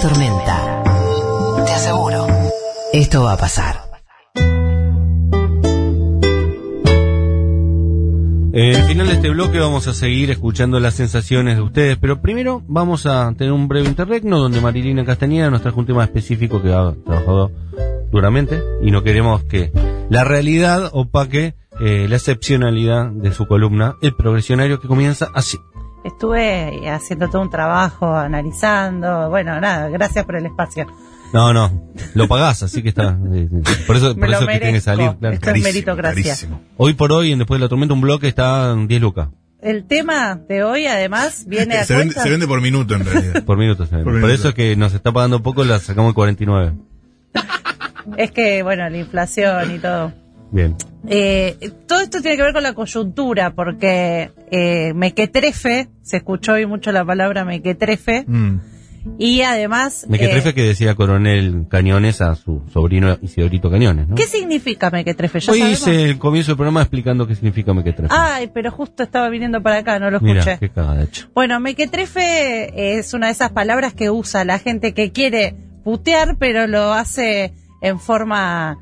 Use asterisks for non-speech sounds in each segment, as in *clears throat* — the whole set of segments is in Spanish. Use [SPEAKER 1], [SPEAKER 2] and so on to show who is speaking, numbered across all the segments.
[SPEAKER 1] tormenta. Te aseguro, esto va a pasar.
[SPEAKER 2] Eh, al final de este bloque vamos a seguir escuchando las sensaciones de ustedes, pero primero vamos a tener un breve interregno donde Marilina Castañeda nos trajo un tema específico que ha trabajado duramente y no queremos que la realidad opaque eh, la excepcionalidad de su columna, El Progresionario, que comienza así.
[SPEAKER 3] Estuve haciendo todo un trabajo, analizando, bueno, nada, gracias por el espacio.
[SPEAKER 2] No, no, lo pagás, así que está. eh, Por eso,
[SPEAKER 3] Me
[SPEAKER 2] por
[SPEAKER 3] lo
[SPEAKER 2] eso es que tiene que
[SPEAKER 3] merezco.
[SPEAKER 2] salir. claro.
[SPEAKER 3] Esto es meritocracia.
[SPEAKER 2] Hoy por hoy, en Después de la Tormenta, un bloque está en 10 lucas
[SPEAKER 3] El tema de hoy, además, viene a
[SPEAKER 4] Eh, Este, se, vende,
[SPEAKER 3] cuenta-
[SPEAKER 4] se vende por minuto en
[SPEAKER 2] *laughs*
[SPEAKER 4] realidad.
[SPEAKER 2] por minuto. señor.
[SPEAKER 4] Por
[SPEAKER 2] Por,
[SPEAKER 4] minuto.
[SPEAKER 2] eso es que nos está pagando poco, la sacamos el 49.
[SPEAKER 3] Es que, bueno, la inflación y todo.
[SPEAKER 2] Bien.
[SPEAKER 3] Eh, todo esto tiene que ver con la coyuntura, porque eh, mequetrefe, se escuchó hoy mucho la palabra mequetrefe,
[SPEAKER 4] Mm.
[SPEAKER 3] y además...
[SPEAKER 2] Me que
[SPEAKER 3] eh,
[SPEAKER 2] que decía Coronel Cañones a su sobrino Isidorito Cañones, ¿no?
[SPEAKER 3] ¿Qué significa mequetrefe? ¿Ya
[SPEAKER 2] Hoy
[SPEAKER 3] sabemos?
[SPEAKER 2] hice el comienzo del programa explicando qué significa mequetrefe.
[SPEAKER 3] Ay, pero justo estaba viniendo para acá, no lo escuché.
[SPEAKER 2] Mira, qué cagada hecho.
[SPEAKER 3] Bueno, mequetrefe es una de esas palabras que usa la gente que quiere putear, pero lo hace en forma...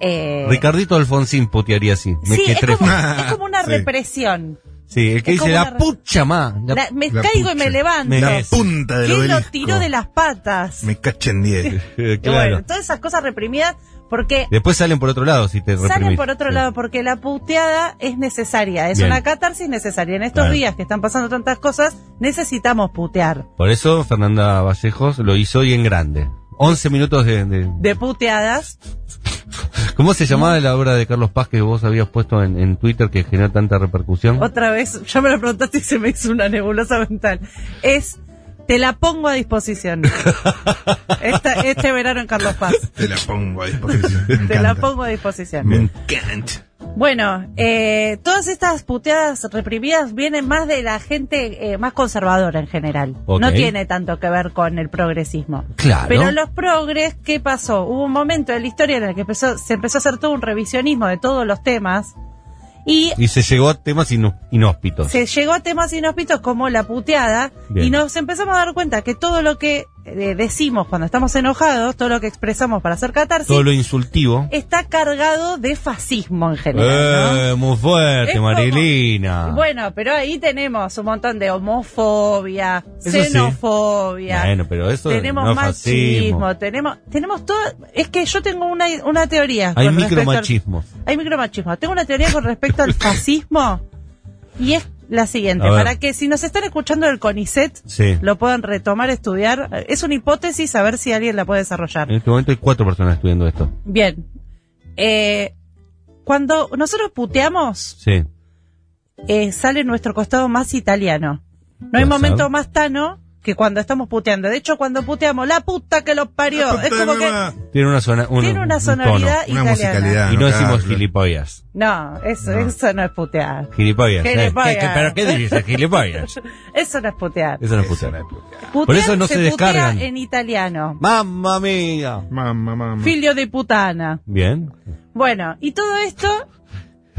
[SPEAKER 3] Eh,
[SPEAKER 2] Ricardito Alfonsín putearía así.
[SPEAKER 3] sí, es
[SPEAKER 2] mequetrefe.
[SPEAKER 4] *laughs*
[SPEAKER 3] como, es como una
[SPEAKER 4] Sí.
[SPEAKER 3] represión.
[SPEAKER 2] Sí, el que
[SPEAKER 3] es
[SPEAKER 2] dice
[SPEAKER 3] como
[SPEAKER 2] la
[SPEAKER 3] una re-
[SPEAKER 2] pucha ma. la-
[SPEAKER 3] La- me
[SPEAKER 4] la
[SPEAKER 3] caigo y
[SPEAKER 4] pucha.
[SPEAKER 3] me levanto.
[SPEAKER 2] Me-
[SPEAKER 4] La
[SPEAKER 2] Es.
[SPEAKER 4] punta del
[SPEAKER 3] ¿Quién lo
[SPEAKER 4] obelisco.
[SPEAKER 3] tiró de las patas?
[SPEAKER 4] Me cachen 10.
[SPEAKER 3] *laughs*
[SPEAKER 2] Eh,
[SPEAKER 3] Y
[SPEAKER 2] *laughs* claro.
[SPEAKER 3] Bueno, todas esas cosas reprimidas porque
[SPEAKER 2] Después salen por otro lado si te
[SPEAKER 3] salen
[SPEAKER 2] reprimís.
[SPEAKER 3] por otro
[SPEAKER 2] Sí.
[SPEAKER 3] lado, porque la puteada es necesaria, es
[SPEAKER 2] Bien.
[SPEAKER 3] una catarsis necesaria. En estos
[SPEAKER 2] Claro.
[SPEAKER 3] días que están pasando tantas cosas, necesitamos putear.
[SPEAKER 2] Por eso Fernanda Vallejos lo hizo hoy en grande. 11 minutos de, de-
[SPEAKER 3] De puteadas,
[SPEAKER 2] ¿Cómo se llamaba la obra de Carlos Paz que vos habías puesto en, en Twitter que generó tanta repercusión?
[SPEAKER 3] otra vez, ya me lo preguntaste y se me hizo una nebulosa mental. Es, te la pongo a disposición. Esta- este verano en Carlos Paz.
[SPEAKER 4] Te la pongo
[SPEAKER 3] *laughs*
[SPEAKER 4] a disposición. Me
[SPEAKER 3] Te la
[SPEAKER 4] encanta.
[SPEAKER 3] pongo a disposición.
[SPEAKER 4] Me encanta.
[SPEAKER 3] Bueno, eh, todas estas puteadas reprimidas vienen más de la gente eh, más conservadora en general.
[SPEAKER 2] Ok. Ah,
[SPEAKER 3] No tiene tanto que ver con el progresismo.
[SPEAKER 2] Claro.
[SPEAKER 3] Pero los progres, ¿qué pasó? Hubo un momento en la historia en el que empezó, se empezó a hacer todo un revisionismo de todos los temas y
[SPEAKER 2] Y se llegó a temas inhó- inhóspitos.
[SPEAKER 3] se llegó a temas inhóspitos como la puteada
[SPEAKER 2] Bien.
[SPEAKER 3] y nos empezamos a dar cuenta que todo lo que eh, decimos cuando estamos enojados, todo lo que expresamos para hacer catarsis,
[SPEAKER 2] Todo lo insultivo.
[SPEAKER 3] está cargado de fascismo en general. ¿no?
[SPEAKER 2] Eh, muy fuerte,
[SPEAKER 3] Es como-
[SPEAKER 2] Marilina.
[SPEAKER 3] Bueno, pero ahí tenemos un montón de homofobia,
[SPEAKER 2] Eso sí.
[SPEAKER 3] xenofobia.
[SPEAKER 2] Bueno, pero eso
[SPEAKER 3] tenemos
[SPEAKER 2] no es
[SPEAKER 3] machismo,
[SPEAKER 2] fascismo.
[SPEAKER 3] tenemos tenemos todo, es que yo tengo una una teoría
[SPEAKER 2] Hay
[SPEAKER 3] con respecto al-
[SPEAKER 2] micromachismos.
[SPEAKER 3] hay micromachismo. Tengo una teoría con respecto al fascismo y es la siguiente,
[SPEAKER 2] A ver.
[SPEAKER 3] para que si nos están escuchando del CONICET
[SPEAKER 2] Sí.
[SPEAKER 3] lo puedan retomar, estudiar, es una hipótesis a ver si alguien la puede desarrollar.
[SPEAKER 2] En este momento hay cuatro personas estudiando esto.
[SPEAKER 3] Bien. Eh, cuando nosotros puteamos,
[SPEAKER 2] Sí.
[SPEAKER 3] eh, sale nuestro costado más italiano. No hay
[SPEAKER 2] Puede
[SPEAKER 3] momento
[SPEAKER 2] ser.
[SPEAKER 3] más tano que cuando estamos puteando. De hecho, cuando puteamos, la puta que los parió.
[SPEAKER 4] La
[SPEAKER 3] Es
[SPEAKER 4] puta
[SPEAKER 3] como
[SPEAKER 4] de
[SPEAKER 3] que
[SPEAKER 4] mamá.
[SPEAKER 2] Tiene una, zona, un-
[SPEAKER 3] tiene una
[SPEAKER 2] un tono.
[SPEAKER 3] sonoridad
[SPEAKER 4] Una
[SPEAKER 3] italiana.
[SPEAKER 4] musicalidad.
[SPEAKER 2] Y no
[SPEAKER 4] Ah,
[SPEAKER 2] decimos
[SPEAKER 4] claro.
[SPEAKER 2] gilipollas.
[SPEAKER 3] No, eso,
[SPEAKER 4] No.
[SPEAKER 3] eso no es putear.
[SPEAKER 2] Gilipollas. ¿eh?
[SPEAKER 3] Gilipollas.
[SPEAKER 2] ¿Qué- qué- ¿Pero qué dices? Gilipollas.
[SPEAKER 3] Eso no es putear.
[SPEAKER 2] Eso no es
[SPEAKER 4] Esa
[SPEAKER 2] puta.
[SPEAKER 4] la puta.
[SPEAKER 3] Putear
[SPEAKER 2] Por eso no se
[SPEAKER 3] putea
[SPEAKER 2] descargan.
[SPEAKER 3] en italiano.
[SPEAKER 2] Mamma mía.
[SPEAKER 4] Mamá, mamá.
[SPEAKER 3] Filio de putana.
[SPEAKER 2] Bien.
[SPEAKER 3] Bueno, y todo esto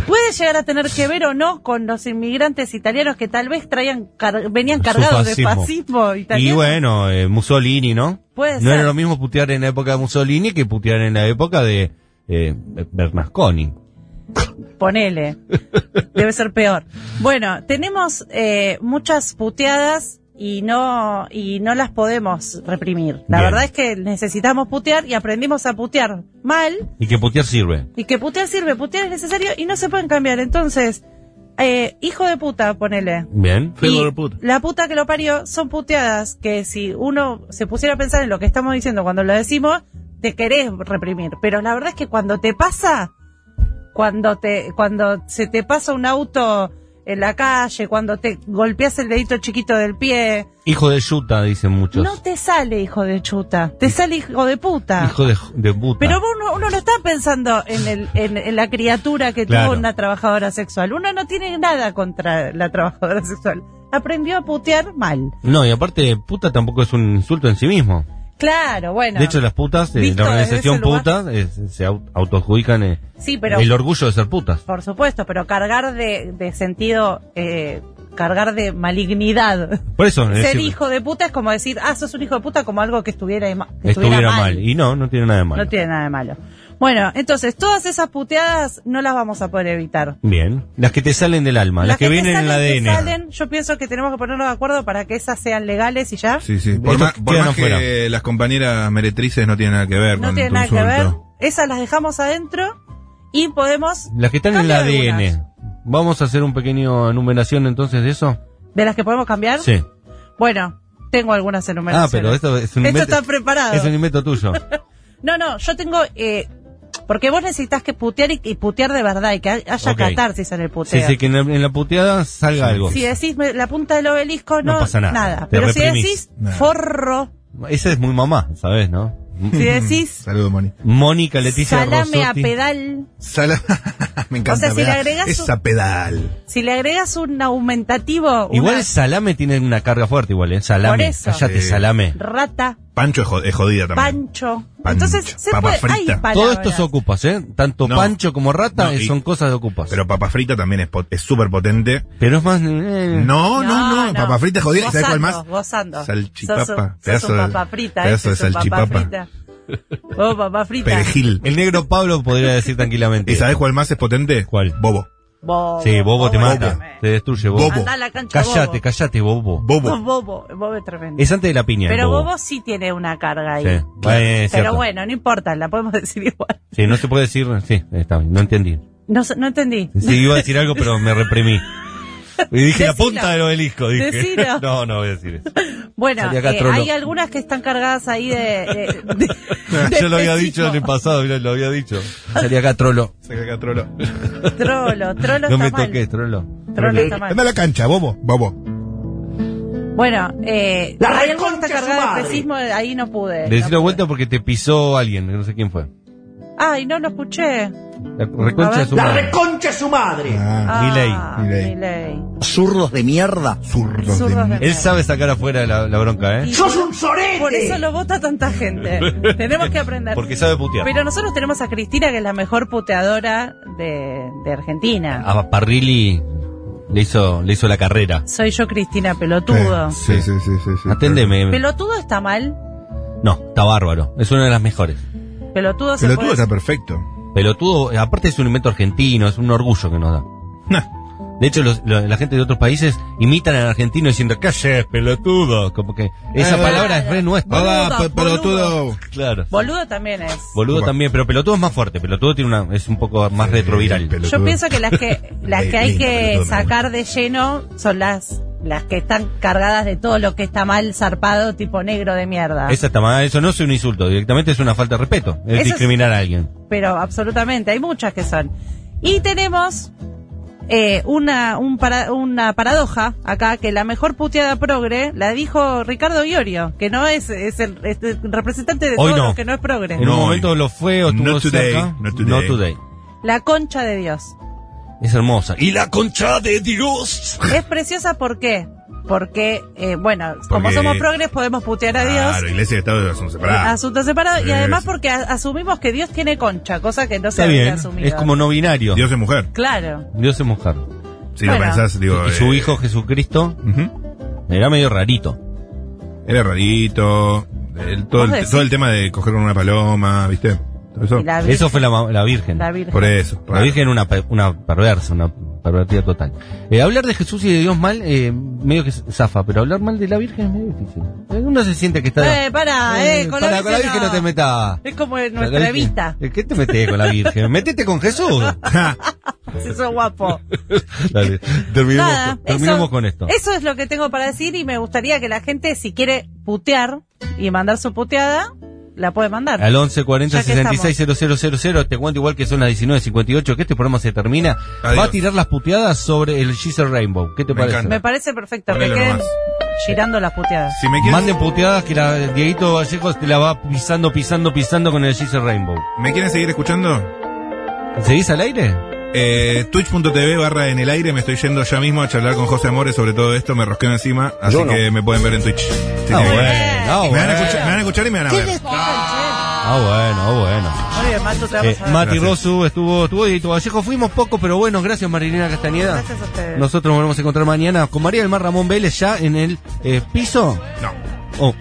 [SPEAKER 3] puede llegar a tener que ver o no con los inmigrantes italianos que tal vez traían car- venían
[SPEAKER 2] Su
[SPEAKER 3] cargados
[SPEAKER 2] fascismo.
[SPEAKER 3] de fascismo
[SPEAKER 2] Y
[SPEAKER 3] italiano.
[SPEAKER 2] bueno, eh, Mussolini, ¿no?
[SPEAKER 3] Puede
[SPEAKER 2] No
[SPEAKER 3] ser.
[SPEAKER 2] era lo mismo putear en la época de Mussolini que putear en la época de eh, Bernasconi. *laughs*
[SPEAKER 3] Ponele. Debe ser peor. Bueno, tenemos eh, muchas puteadas y no y no las podemos reprimir. La
[SPEAKER 2] Bien.
[SPEAKER 3] verdad es que necesitamos putear y aprendimos a putear mal
[SPEAKER 2] Y que putear sirve.
[SPEAKER 3] y que putear sirve, putear es necesario y no se pueden cambiar. Entonces, eh, hijo de puta, ponele.
[SPEAKER 2] Bien.
[SPEAKER 3] Y La puta que lo parió son puteadas que si uno se pusiera a pensar en lo que estamos diciendo cuando lo decimos, te querés reprimir. Pero la verdad es que cuando te pasa, cuando te, cuando se te pasa un auto en la calle, cuando te golpeas el dedito chiquito del pie,
[SPEAKER 2] Hijo de yuta, dicen muchos.
[SPEAKER 3] no te sale hijo de chuta, te sale hijo de puta.
[SPEAKER 2] Hijo de, de puta.
[SPEAKER 3] Pero uno, uno no está pensando en, el, en, en la criatura que
[SPEAKER 2] Claro.
[SPEAKER 3] tuvo una trabajadora sexual. Uno no tiene nada contra la trabajadora *laughs* sexual. Aprendió a putear mal.
[SPEAKER 2] No, y aparte, puta tampoco es un insulto en sí mismo.
[SPEAKER 3] Claro, bueno.
[SPEAKER 2] De hecho, las putas, eh,
[SPEAKER 3] Visto
[SPEAKER 2] la
[SPEAKER 3] desde
[SPEAKER 2] organización
[SPEAKER 3] ese lugar.
[SPEAKER 2] putas, eh, se au- autoadjudican eh,
[SPEAKER 3] sí, pero
[SPEAKER 2] el orgullo de ser putas.
[SPEAKER 3] por supuesto, pero cargar de, de sentido eh, cargar de malignidad.
[SPEAKER 2] Por eso, es
[SPEAKER 3] Ser
[SPEAKER 2] decir,
[SPEAKER 3] hijo de puta es como decir, ah, sos un hijo de puta, como algo que estuviera, de ma- que
[SPEAKER 2] estuviera mal.
[SPEAKER 3] mal.
[SPEAKER 2] Y no, no tiene nada de malo.
[SPEAKER 3] No tiene nada de malo. Bueno, entonces, todas esas puteadas no las vamos a poder evitar.
[SPEAKER 2] Bien. Las que te salen del alma, las, que,
[SPEAKER 3] te
[SPEAKER 2] vienen en el
[SPEAKER 3] salen, te
[SPEAKER 2] ADN.
[SPEAKER 3] salen, yo pienso que tenemos que ponernos de acuerdo para que esas sean legales y ya.
[SPEAKER 4] Sí, sí. Por
[SPEAKER 2] Estos
[SPEAKER 4] más, por
[SPEAKER 2] quedan
[SPEAKER 4] más que
[SPEAKER 2] afuera.
[SPEAKER 4] las compañeras meretrices no tienen nada que ver
[SPEAKER 3] no
[SPEAKER 4] con
[SPEAKER 3] tiene
[SPEAKER 4] tu
[SPEAKER 3] nada que ver.
[SPEAKER 4] insulto.
[SPEAKER 3] Esas las dejamos adentro y podemos,
[SPEAKER 2] Las que están en el
[SPEAKER 3] Cambia
[SPEAKER 2] ADN.
[SPEAKER 3] algunas.
[SPEAKER 2] Vamos a hacer un pequeño enumeración entonces de eso.
[SPEAKER 3] de las que podemos cambiar.
[SPEAKER 2] Sí.
[SPEAKER 3] Bueno, tengo algunas
[SPEAKER 2] Ah,
[SPEAKER 3] enumeraciones.
[SPEAKER 2] pero esto es un
[SPEAKER 3] Esto
[SPEAKER 2] invento-
[SPEAKER 3] está preparado.
[SPEAKER 2] Es un invento
[SPEAKER 3] *laughs*
[SPEAKER 2] tuyo.
[SPEAKER 3] No, no, yo tengo, eh, porque vos necesitas que putear y, y putear de verdad y que hay- haya
[SPEAKER 2] Ok.
[SPEAKER 3] catarsis en el puteo.
[SPEAKER 2] sí, sí, que en la, en la puteada salga algo.
[SPEAKER 3] Si decís me- la punta del obelisco, no,
[SPEAKER 2] No pasa nada. Te
[SPEAKER 3] Pero si
[SPEAKER 2] reprimís.
[SPEAKER 3] decís
[SPEAKER 4] Nada.
[SPEAKER 3] forro,
[SPEAKER 2] Esa es muy mamá, ¿sabes, no?
[SPEAKER 3] si decís
[SPEAKER 4] Saludos, Mm, Moni.
[SPEAKER 2] Mónica *laughs* Leticia
[SPEAKER 3] salame a
[SPEAKER 2] Rossotti.
[SPEAKER 3] pedal,
[SPEAKER 4] Sala- *laughs* Me encanta.
[SPEAKER 3] O sea, si le
[SPEAKER 4] pedal.
[SPEAKER 3] agregás un-
[SPEAKER 4] Esa pedal.
[SPEAKER 3] si le agregas un aumentativo,
[SPEAKER 2] Igual
[SPEAKER 3] una
[SPEAKER 2] salame tiene una carga fuerte, igual, ¿eh? Salame.
[SPEAKER 3] Por eso.
[SPEAKER 2] Cállate,
[SPEAKER 4] Sí.
[SPEAKER 2] salame.
[SPEAKER 3] rata,
[SPEAKER 4] Pancho es, jo- es jodida también.
[SPEAKER 3] pancho.
[SPEAKER 4] Pancho,
[SPEAKER 3] Entonces, se
[SPEAKER 4] papa
[SPEAKER 3] puede, hay
[SPEAKER 4] frita.
[SPEAKER 3] palabras.
[SPEAKER 2] Todo esto son ocupas, ¿eh? Tanto
[SPEAKER 4] No.
[SPEAKER 2] pancho como rata
[SPEAKER 4] No, y-
[SPEAKER 2] son cosas de ocupas.
[SPEAKER 4] Pero papa frita también es po- es súper potente.
[SPEAKER 2] Pero es más... eh,
[SPEAKER 4] No, no, no, Papa frita es jodida. ¿Sabes cuál más?
[SPEAKER 3] Gozando, Gozando.
[SPEAKER 4] Salchipapa.
[SPEAKER 3] Sos un, sos
[SPEAKER 4] Pedazo
[SPEAKER 3] un
[SPEAKER 4] de-
[SPEAKER 3] papa frita.
[SPEAKER 4] pedazo
[SPEAKER 3] este
[SPEAKER 4] de
[SPEAKER 3] es un papa
[SPEAKER 4] salchipapa.
[SPEAKER 3] frita. Oh, papa frita.
[SPEAKER 4] Perejil.
[SPEAKER 2] El negro Pablo podría decir tranquilamente.
[SPEAKER 4] *laughs* ¿Y sabes cuál más es potente?
[SPEAKER 2] ¿Cuál?
[SPEAKER 4] Bobo.
[SPEAKER 3] Bobo.
[SPEAKER 2] Sí, Bobo te mata.
[SPEAKER 3] tremendo.
[SPEAKER 2] Te destruye, Bobo.
[SPEAKER 4] Bobo.
[SPEAKER 3] Andá a la cancha
[SPEAKER 2] Cállate,
[SPEAKER 3] Bobo.
[SPEAKER 2] cállate, Bobo.
[SPEAKER 3] No,
[SPEAKER 4] Bobo.
[SPEAKER 3] Bobo. Bobo es tremendo.
[SPEAKER 2] Es antes de la piña. el
[SPEAKER 3] Pero
[SPEAKER 2] Bobo.
[SPEAKER 3] bobo. sí tiene una carga ahí.
[SPEAKER 2] Sí, eh, es
[SPEAKER 3] Pero
[SPEAKER 2] cierto.
[SPEAKER 3] bueno, no importa, la podemos *laughs* decir igual.
[SPEAKER 2] Sí, no se puede decir. Sí, está bien, no entendí.
[SPEAKER 3] No, sé- no entendí.
[SPEAKER 2] Sí, iba a decir algo, pero me reprimí. Y
[SPEAKER 3] *laughs*
[SPEAKER 2] dije la
[SPEAKER 3] Decilo.
[SPEAKER 2] punta del obelisco. Dije.
[SPEAKER 3] Decilo.
[SPEAKER 2] *laughs* No, no voy a decir eso.
[SPEAKER 3] Bueno,
[SPEAKER 2] Salí acá,
[SPEAKER 3] eh,
[SPEAKER 2] trolo.
[SPEAKER 3] hay algunas que están cargadas ahí de... de-
[SPEAKER 2] *laughs*
[SPEAKER 3] de- de
[SPEAKER 2] Ah, Yo lo había dicho en el
[SPEAKER 3] especismo.
[SPEAKER 2] pasado, mirá, lo había dicho. Salí acá, trolo.
[SPEAKER 4] Saca acá, trolo.
[SPEAKER 3] Trolo, trolo
[SPEAKER 2] *laughs*
[SPEAKER 3] Eh,
[SPEAKER 2] No
[SPEAKER 3] está
[SPEAKER 2] me
[SPEAKER 3] mal.
[SPEAKER 2] toques, trolo.
[SPEAKER 3] Trolo está mal.
[SPEAKER 4] Anda a la cancha, bobo. Bobo.
[SPEAKER 3] Bueno, eh, hay algo que está cargado de especismo, ahí no pude.
[SPEAKER 2] Decilo
[SPEAKER 3] no pude.
[SPEAKER 2] vuelta porque te pisó alguien, no sé quién fue.
[SPEAKER 3] Ay, no lo escuché.
[SPEAKER 2] La reconcha de su
[SPEAKER 5] La
[SPEAKER 2] madre.
[SPEAKER 5] reconcha es su madre.
[SPEAKER 4] Ah,
[SPEAKER 3] Ah,
[SPEAKER 4] Milei.
[SPEAKER 3] Milei.
[SPEAKER 5] Zurdos de mierda.
[SPEAKER 4] zurdos de
[SPEAKER 3] Zurdos de-
[SPEAKER 4] mierda.
[SPEAKER 2] Él sabe sacar afuera la, la bronca, ¿eh?
[SPEAKER 3] Y
[SPEAKER 5] ¡Sos un sorete!
[SPEAKER 3] Por eso lo vota
[SPEAKER 2] *laughs*
[SPEAKER 3] tanta gente. tenemos que aprender.
[SPEAKER 2] Porque sabe putear.
[SPEAKER 3] Pero nosotros tenemos a Cristina, que es la mejor puteadora de, de Argentina.
[SPEAKER 2] A Parrilli le hizo, le hizo la carrera.
[SPEAKER 3] Soy yo, Cristina Pelotudo.
[SPEAKER 4] Sí, sí, sí, sí. sí.
[SPEAKER 2] Aténdeme.
[SPEAKER 3] ¿Pelotudo está mal?
[SPEAKER 2] No, está bárbaro. Es una de las mejores.
[SPEAKER 3] ¿Pelotudo se
[SPEAKER 4] Pelotudo
[SPEAKER 3] puede
[SPEAKER 4] está perfecto.
[SPEAKER 2] Pelotudo, eh, aparte es un invento argentino, es un orgullo que nos da.
[SPEAKER 4] Nah.
[SPEAKER 2] De hecho, los- lo- la gente de otros países imitan al argentino diciendo, calles, pelotudo. Como que esa
[SPEAKER 4] Ah,
[SPEAKER 2] palabra es re nuestra.
[SPEAKER 3] Boludo,
[SPEAKER 4] Hola, pe- pelotudo.
[SPEAKER 2] Claro.
[SPEAKER 3] Boludo también es.
[SPEAKER 2] Boludo también, pero pelotudo es más fuerte. Pelotudo tiene una, es un poco más retroviral.
[SPEAKER 4] Pelotudo.
[SPEAKER 3] Yo pienso que las
[SPEAKER 2] *laughs*
[SPEAKER 3] que las que hay
[SPEAKER 4] Lindo,
[SPEAKER 3] que
[SPEAKER 4] pelotudo, me
[SPEAKER 3] sacar de lleno son las las que están cargadas de todo lo que está mal zarpado tipo negro de mierda.
[SPEAKER 2] Esa está mal. Eso no es un insulto. Directamente es una falta de respeto. Es
[SPEAKER 3] Ah. Eso es-
[SPEAKER 2] discriminar a alguien.
[SPEAKER 3] Pero absolutamente, hay muchas que son. Y tenemos eh, una un para- una paradoja acá que la mejor puteada progre la dijo Ricardo Iorio, que no es es el, es el representante de
[SPEAKER 2] Hoy
[SPEAKER 3] todos
[SPEAKER 2] no.
[SPEAKER 3] los que no es progre.
[SPEAKER 2] En
[SPEAKER 4] No,
[SPEAKER 2] un momento lo fue o estuvo
[SPEAKER 4] Not today,
[SPEAKER 2] cerca.
[SPEAKER 4] not today.
[SPEAKER 2] Not today.
[SPEAKER 3] La concha
[SPEAKER 2] *laughs*
[SPEAKER 3] de Dios.
[SPEAKER 2] Es hermosa. *laughs* Y la concha de
[SPEAKER 3] Es preciosa ¿por qué? Porque eh, bueno, como
[SPEAKER 4] Porque-
[SPEAKER 3] somos progres podemos putear a Dios. Ah,
[SPEAKER 4] Claro, iglesia y Estado son separados.
[SPEAKER 3] Asunto separado.
[SPEAKER 4] Sí,
[SPEAKER 3] Eh, y además
[SPEAKER 4] sí.
[SPEAKER 3] porque a- asumimos que Dios tiene concha, cosa que no se
[SPEAKER 2] Está
[SPEAKER 3] había
[SPEAKER 2] bien.
[SPEAKER 3] asumido.
[SPEAKER 2] Es como no binario. Dios,
[SPEAKER 4] Dios es mujer.
[SPEAKER 3] Claro.
[SPEAKER 2] es mujer.
[SPEAKER 4] Si lo
[SPEAKER 3] Bueno.
[SPEAKER 4] pensás, digo.
[SPEAKER 2] y su
[SPEAKER 4] eh,
[SPEAKER 2] hijo Jesucristo
[SPEAKER 4] ujú.
[SPEAKER 2] era medio rarito.
[SPEAKER 4] Era rarito. el- todo,
[SPEAKER 3] ¿Vos
[SPEAKER 4] el,
[SPEAKER 3] decís?
[SPEAKER 4] todo el tema de coger con una paloma, ¿viste? Todo eso.
[SPEAKER 3] Y la Virgen.
[SPEAKER 2] Eso fue la, ma- la Virgen.
[SPEAKER 3] La Virgen.
[SPEAKER 4] Por eso.
[SPEAKER 2] La Virgen era una, pe- una perversa, una pervertida total. Eh, hablar de Jesús y de Dios mal, eh, medio que zafa, pero hablar mal de la Virgen es muy difícil. Eh, Uno se siente que está...
[SPEAKER 3] Eh, pará, eh, con,
[SPEAKER 2] para,
[SPEAKER 3] la
[SPEAKER 2] con la Virgen no, te metas.
[SPEAKER 3] Es como en
[SPEAKER 2] Con la
[SPEAKER 3] nuestra
[SPEAKER 2] Virgen.
[SPEAKER 3] vista.
[SPEAKER 2] Eh, ¿Qué te metes con la Virgen? Métete con
[SPEAKER 3] *laughs*
[SPEAKER 2] Jesús.
[SPEAKER 3] Si
[SPEAKER 2] *laughs*
[SPEAKER 3] sos guapo.
[SPEAKER 2] Dale, terminemos,
[SPEAKER 3] Nada,
[SPEAKER 2] terminemos
[SPEAKER 3] eso-
[SPEAKER 2] con esto.
[SPEAKER 3] Eso es lo que tengo para decir y me gustaría que la gente, si quiere putear y mandar su puteada, la puede mandar.
[SPEAKER 2] Al 11 40
[SPEAKER 3] Ya que
[SPEAKER 2] 66 000, te cuento igual que son las 19.58, que este programa se termina. Va a
[SPEAKER 4] Adiós.
[SPEAKER 2] tirar las puteadas sobre el Gisel Rainbow. ¿Qué te
[SPEAKER 4] Me
[SPEAKER 2] parece?
[SPEAKER 4] encanta.
[SPEAKER 3] Me parece perfecto que
[SPEAKER 4] Ponelo
[SPEAKER 3] queden
[SPEAKER 4] nomás.
[SPEAKER 3] girando las puteadas.
[SPEAKER 4] Si me quieren,
[SPEAKER 2] Manden puteadas que la, Dieguito Vallejos te la va pisando, pisando, pisando con el Gisel Rainbow.
[SPEAKER 4] ¿me quieren seguir escuchando?
[SPEAKER 2] ¿Seguís al aire?
[SPEAKER 4] Eh, Twitch.tv barra en el aire. Me estoy yendo ya mismo a charlar con José Amores sobre todo esto. Me rosqueo encima. Así
[SPEAKER 5] Yo no.
[SPEAKER 4] que me pueden ver en Twitch. Sí,
[SPEAKER 2] Ah,
[SPEAKER 4] sí.
[SPEAKER 2] bueno, ah,
[SPEAKER 4] Me van, a
[SPEAKER 2] bueno.
[SPEAKER 4] escuchar, me van a escuchar y me van a ver.
[SPEAKER 3] Ah,
[SPEAKER 2] Ah, bueno, ah, bueno.
[SPEAKER 3] Muy bien, Matu, te vamos
[SPEAKER 2] Eh,
[SPEAKER 3] a ver.
[SPEAKER 2] Mati
[SPEAKER 4] Gracias.
[SPEAKER 2] Rosu estuvo, estuvo y tu Vallejo. Fuimos pocos, pero bueno, gracias Marilina Castañeda.
[SPEAKER 3] Gracias a ustedes.
[SPEAKER 2] Nosotros nos volvemos a encontrar mañana con María del Mar Ramón Vélez ya en el eh, piso.
[SPEAKER 4] No.
[SPEAKER 2] Oh,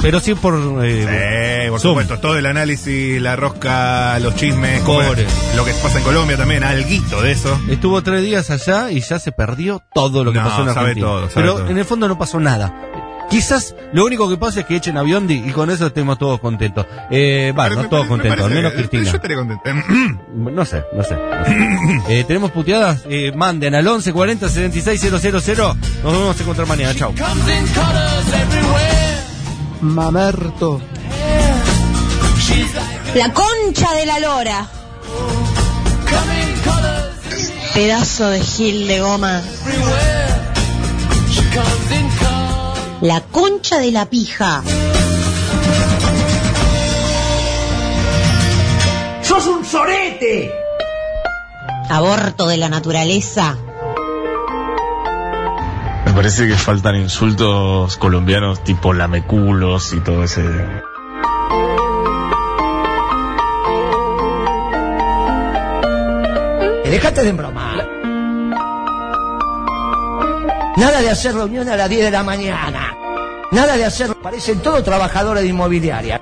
[SPEAKER 2] pero sí por. eh,
[SPEAKER 4] Eh, por
[SPEAKER 2] Zoom.
[SPEAKER 4] supuesto, todo el análisis, la rosca, los chismes, cómo
[SPEAKER 2] Pobre.
[SPEAKER 4] es, lo que pasa en Colombia también, alguito de eso.
[SPEAKER 2] Estuvo tres días allá y ya se perdió todo lo que
[SPEAKER 4] No,
[SPEAKER 2] pasó en
[SPEAKER 4] sabe
[SPEAKER 2] Argentina.
[SPEAKER 4] todo, sabe
[SPEAKER 2] pero
[SPEAKER 4] todo.
[SPEAKER 2] en el fondo no pasó nada. Quizás lo único que pasa es que echen a Biondi y con eso estemos todos contentos. Eh, va,
[SPEAKER 4] Pero
[SPEAKER 2] no
[SPEAKER 4] me
[SPEAKER 2] todos
[SPEAKER 4] parece- me
[SPEAKER 2] contentos, al
[SPEAKER 4] parece
[SPEAKER 2] menos
[SPEAKER 4] que-
[SPEAKER 2] Cristina.
[SPEAKER 4] Yo estaré contento. *clears throat*
[SPEAKER 2] No sé, no sé. no
[SPEAKER 4] *coughs*
[SPEAKER 2] sé. Eh, ¿Tenemos puteadas? Eh, manden al 11 40 76 000. Nos vemos a encontrar mañana. Chau.
[SPEAKER 6] Mamerto.
[SPEAKER 7] La concha de la lora. Pedazo de gil de goma. La concha de la pija.
[SPEAKER 5] ¡Sos un sorete!
[SPEAKER 7] Aborto de la naturaleza.
[SPEAKER 8] Me parece que faltan insultos colombianos tipo lameculos y todo ese
[SPEAKER 5] Eh, Dejate de bromar. Nada de hacer reunión a las 10 de la mañana. Nada de hacer. Parecen todos trabajadores de inmobiliaria.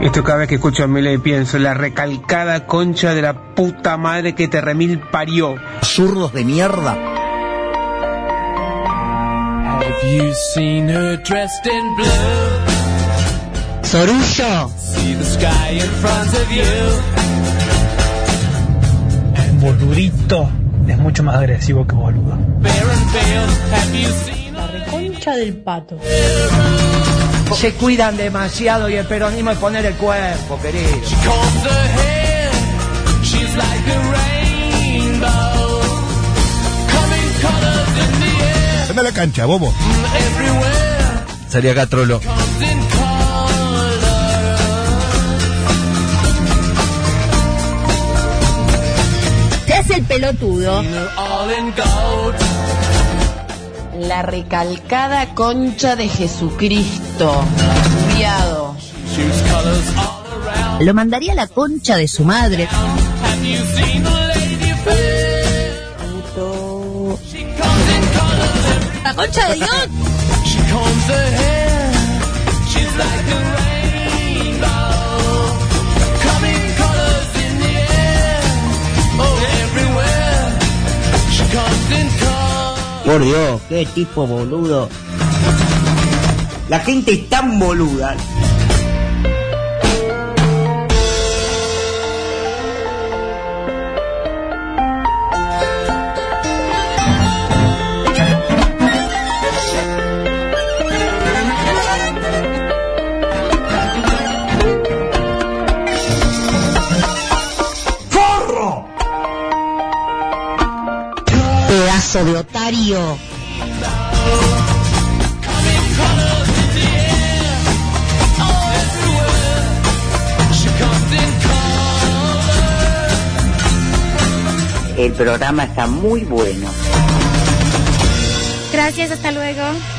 [SPEAKER 9] Esto cada vez que escucho a Milei pienso, la recalcada concha de la puta madre que te remil parió.
[SPEAKER 5] Zurdos de mierda.
[SPEAKER 7] Sorullo.
[SPEAKER 10] Boludito es mucho más agresivo que boludo.
[SPEAKER 7] Concha del pato.
[SPEAKER 5] Se cuidan demasiado y el peronismo es poner el cuerpo, querido.
[SPEAKER 4] Anda a la cancha, bobo.
[SPEAKER 2] Salí acá, trolo.
[SPEAKER 7] ¿Qué es el pelotudo? La recalcada concha de Jesucristo. Estudiado. Lo mandaría a la concha de su madre. La concha de Dios.
[SPEAKER 5] Por Dios, qué tipo boludo. La gente es tan boluda. ¡Forro!
[SPEAKER 7] Pedazo de otario.
[SPEAKER 5] El programa está muy bueno.
[SPEAKER 11] Gracias, hasta luego.